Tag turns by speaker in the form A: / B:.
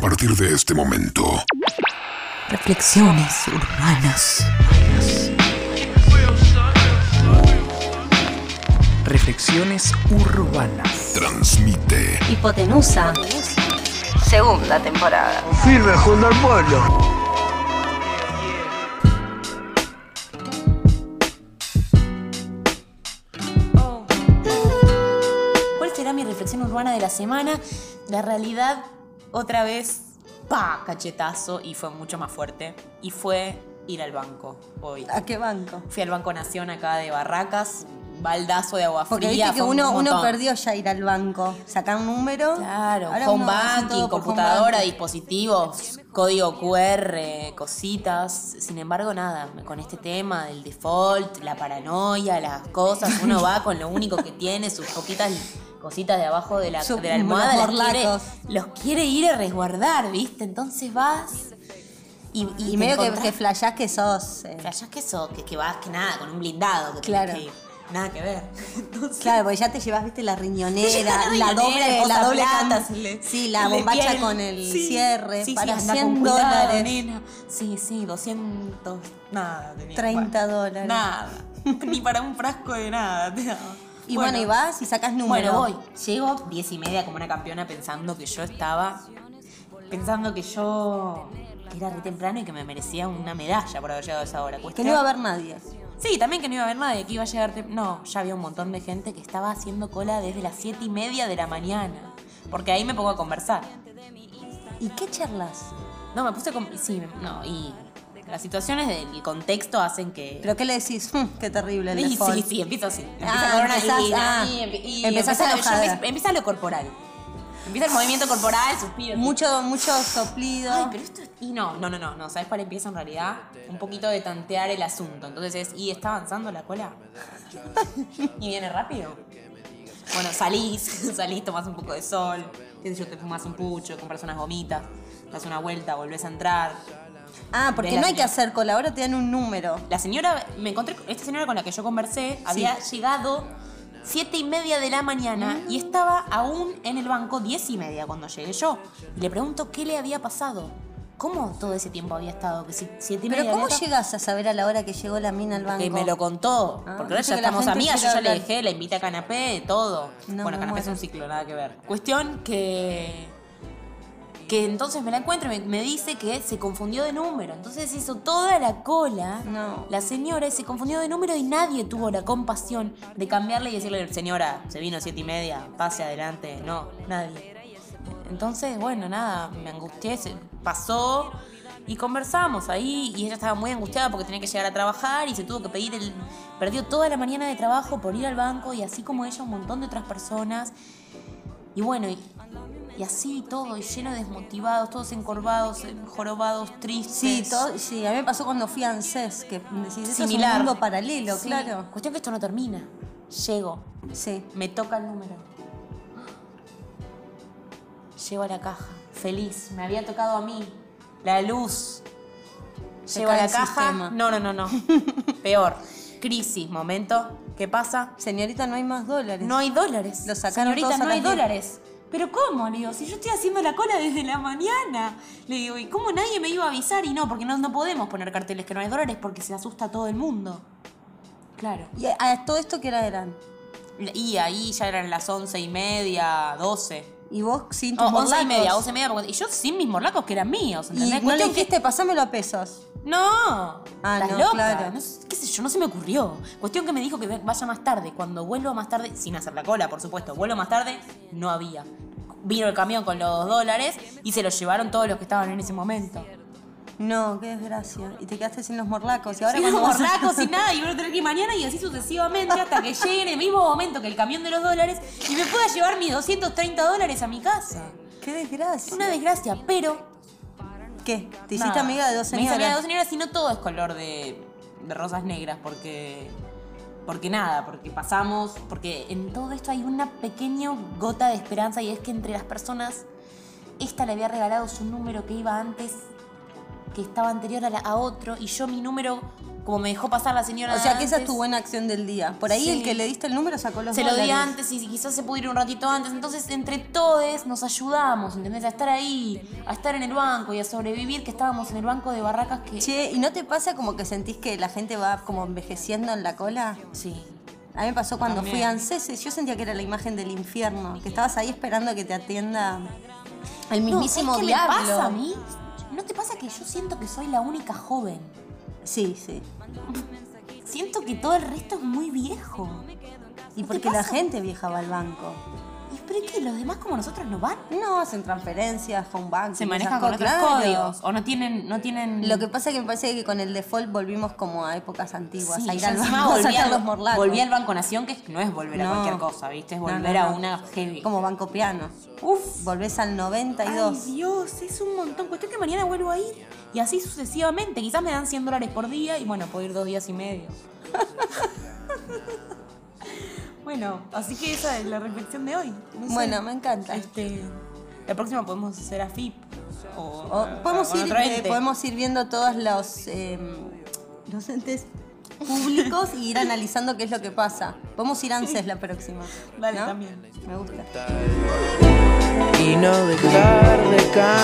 A: partir de este momento.
B: Reflexiones urbanas.
C: Reflexiones urbanas.
A: Transmite
D: Hipotenusa. Segunda temporada.
E: Firme junto al pueblo.
F: ¿Cuál será mi reflexión urbana de la semana? La realidad, otra vez, pa, cachetazo y fue mucho más fuerte. Y fue ir al banco hoy.
G: ¿A qué banco?
F: Fui al Banco Nación acá de Barracas, baldazo de agua
G: Porque
F: fría.
G: viste que
F: fue un
G: uno, uno
F: montón.
G: perdió ya ir al banco. Sacar un número.
F: Claro,
G: ahora
F: home
G: uno hace
F: banking,
G: todo por home
F: computadora,
G: banking.
F: dispositivos, código QR, cositas. Sin embargo, nada, con este tema del default, la paranoia, las cosas, uno va con lo único que tiene, sus poquitas cositas de abajo de la,
G: Sus-
F: de la almohada,
G: los
F: las quiere,
G: morlacos.
F: los quiere ir a resguardar, ¿viste? Entonces vas y, y
G: Y
F: te
G: medio que,
F: encontrás-
G: que flashás que sos. eh,
F: Flashás que eso, que, que vas, que nada, con un blindado. Que tenés
G: Claro.
F: que ir. Nada que ver. Entonces,
G: Claro, porque ya te llevas, viste, la riñonera,
F: Te llevas la
G: la
F: riñonera, el
G: doble, la doble
F: posaplata,
G: can-
F: se le-
G: Sí, la
F: se le
G: bombacha
F: pierde.
G: con el
F: Sí,
G: cierre
F: sí,
G: para
F: sí, anda
G: 100
F: con cuidado,
G: dólares.
F: nena. Sí, sí, 200. Nada, tenía.
G: 30 dólares.
F: Nada. Ni para un frasco de nada. te daba.
G: Y bueno, y vas y sacas número.
F: Bueno, voy. Llego 10 y media como una campeona pensando que yo estaba. Pensando que yo. que era re temprano y que me merecía una medalla por haber llegado a esa hora.
G: Que no iba a haber nadie.
F: Sí, también que no iba a haber nadie, que iba a llegar... tem- No, ya había un montón de gente que estaba haciendo cola desde las siete y media de la mañana. Porque ahí me pongo a conversar.
G: ¿Y qué charlas?
F: No, me puse con... Sí, no, y las situaciones del contexto hacen que...
G: ¿Pero qué le decís? "Mm, qué terrible el
F: Y
G: default".
F: sí, sí, empiezo así. Empiezo
G: Ah,
F: con una
G: empezás,
F: lina,
G: ah,
F: y empe- y
G: empezás
F: empieza-
G: enojada.
F: yo empiezo- Empieza lo corporal. Empieza el movimiento corporal, suspiro.
G: Mucho, mucho soplido.
F: Ay, pero esto es- Y no, no, no, no, no. ¿Sabes cuál empieza en realidad? Un poquito de tantear el asunto. Entonces es, ¿y está avanzando la cola? ¿Y viene rápido? Bueno, salís, salís, tomás un poco de sol, qué sé yo, te fumas un pucho, compras unas gomitas, das una vuelta, volvés a entrar.
G: Ah, porque
F: Ves la
G: no hay que
F: señal.
G: hacer cola, ahora te dan un número.
F: La señora, me encontré, esta señora con la que yo conversé, había llegado siete y media de la mañana
G: Mm.
F: y estaba aún en el banco diez y media cuando llegué yo. Y le pregunto qué le había pasado. ¿Cómo todo ese tiempo había estado? Que si siete y
G: Pero
F: media
G: ¿cómo
F: había estado?
G: llegas a saber a la hora que llegó la mina al banco?
F: Que me lo contó.
G: Ah,
F: porque ahora
G: dice
F: ya
G: que la
F: estamos
G: gente
F: amigas, yo
G: quiere
F: ya le
G: hablar.
F: dejé, la invita a canapé, todo.
G: No,
F: bueno,
G: me
F: canapé es
G: muero.
F: un ciclo, nada que ver. Cuestión que. Que entonces me la encuentro y me, me dice que se confundió de número. Entonces hizo toda la cola.
G: No.
F: La señora y se confundió de número y nadie tuvo la compasión de cambiarle y decirle, señora, se vino siete y media, pase adelante. No, nadie. Entonces, bueno, nada, me angustié, se pasó y conversamos ahí y ella estaba muy angustiada porque tenía que llegar a trabajar y se tuvo que pedir el... Perdió toda la mañana de trabajo por ir al banco y así como ella un montón de otras personas. Y bueno, y, y así todo, y lleno de desmotivados, todos encorvados, eh, jorobados, tristes.
G: Sí, todo- sí, a mí me pasó cuando fui a ANSES, que decís, "Esto es
F: Similar.
G: un mundo paralelo,
F: Sí.
G: claro.
F: Cuestión que esto no termina. Llego,
G: Sí.
F: me toca el número. Llego a la caja, feliz, me había tocado a mí. La luz.
G: Se
F: Llego a
G: cae
F: la
G: el
F: caja.
G: sistema.
F: No, no, no, no. Peor. Crisis, momento. ¿Qué pasa?
G: Señorita, no hay más dólares.
F: No hay dólares.
G: Lo sacaron
F: Señorita,
G: todos a
F: no
G: las
F: hay
G: diez.
F: dólares. Pero ¿cómo? Le digo, si yo estoy haciendo la cola desde la mañana. Le digo, ¿y cómo nadie me iba a avisar? Y no, porque no, no podemos poner carteles que no hay dólares porque se asusta a todo el mundo. Claro.
G: ¿Y a, a todo esto qué hora eran?
F: Y ahí ya eran las once y media, doce.
G: ¿Y vos sin tus
F: No, once y
G: morlacos?
F: media, once y media. porque- Y yo sin mis morlacos que eran míos,
G: Y
F: ¿entendés?
G: no le
F: Cuestión que-
G: dijiste, pasámelo a pesos.
F: No.
G: Ah,
F: ¿Estás
G: no,
F: loca?
G: claro.
F: No sé- qué sé yo, no se me ocurrió. Cuestión que me dijo que ve- vaya más tarde. Cuando vuelvo más tarde, sin hacer la cola, por supuesto, vuelvo más tarde, no había. Vino el camión con los dos dólares y se los llevaron todos los que estaban en ese momento.
G: No, qué desgracia. Y te quedaste sin los morlacos. Y ahora
F: Sin los
G: cuando vas a-
F: morlacos, sin nada, y voy a tener que ir mañana y así sucesivamente hasta que llegue en el mismo momento que el camión de los dólares y me pueda llevar mis 230 dólares a mi casa.
G: Qué desgracia.
F: Una desgracia, pero
G: ¿Qué? ¿Te
F: Nada.
G: hiciste amiga de dos
F: Me hice
G: señoras?
F: amiga de dos señoras y no todo es color de, de rosas negras, porque. Porque nada, porque pasamos. Porque en todo esto hay una pequeña gota de esperanza y es que entre las personas, esta le había regalado su número que iba antes que estaba anterior a, la- a otro y yo mi número, como me dejó pasar la señora.
G: O sea,
F: de
G: que esa es
F: antes,
G: tu buena acción del día. Por ahí
F: Sí.
G: el que le diste el número sacó los
F: Se lo
G: dólares.
F: di antes y quizás se pudo ir un ratito antes. Entonces, entre todos nos ayudamos, ¿entendés? A estar ahí, a estar en el banco y a sobrevivir, que estábamos en el banco de barracas que.
G: Che, ¿y no te pasa como que sentís que la gente va como envejeciendo en la cola?
F: Sí.
G: A mí me pasó cuando
F: También.
G: fui a ANSES, yo sentía que era la imagen del infierno, que estabas ahí esperando que te atienda el mismísimo
F: no, ¿sabés qué
G: diablo.
F: me pasa a mí? ¿No te pasa que yo siento que soy la única joven?
G: Sí, sí.
F: Siento que todo el resto es muy viejo.
G: Y
F: ¿No te
G: porque la
F: pasa?
G: gente viajaba al banco.
F: ¿Y pero es que los demás como nosotros no van?
G: No hacen transferencias con bancos.
F: Se
G: y esas
F: manejan con
G: cosas.
F: otros
G: Claro.
F: códigos. O no tienen, no tienen.
G: Lo que pasa es que me parece que con el default volvimos como a épocas antiguas,
F: Sí,
G: a ir
F: yo
G: al
F: encima
G: banco, a
F: volví
G: sacar
F: al-
G: los morlacos.
F: Volví al Banco Nación, que no es volver a
G: No.
F: cualquier cosa, ¿viste? Es
G: No, no,
F: volver a
G: no.
F: una heavy.
G: Como banco piano.
F: Uf.
G: Volvés al 92.
F: Ay, Dios, es un montón. Cuestión que mañana vuelvo a ir. Y así sucesivamente. Quizás me dan 100 dólares por día y bueno, puedo ir dos días y medio. bueno, así que esa es la reflexión de hoy. No sé.
G: Bueno, me encanta.
F: Este, la próxima podemos hacer a FIP. Ah, O,
G: O podemos,
F: con
G: ir,
F: otro
G: eh,
F: ente.
G: podemos ir viendo todos los, eh, los entes públicos y ir analizando qué es lo que pasa. Podemos ir a ANSES la próxima.
F: Dale,
G: ¿no?
F: también.
G: Me gusta.
C: Y no dejar de caer.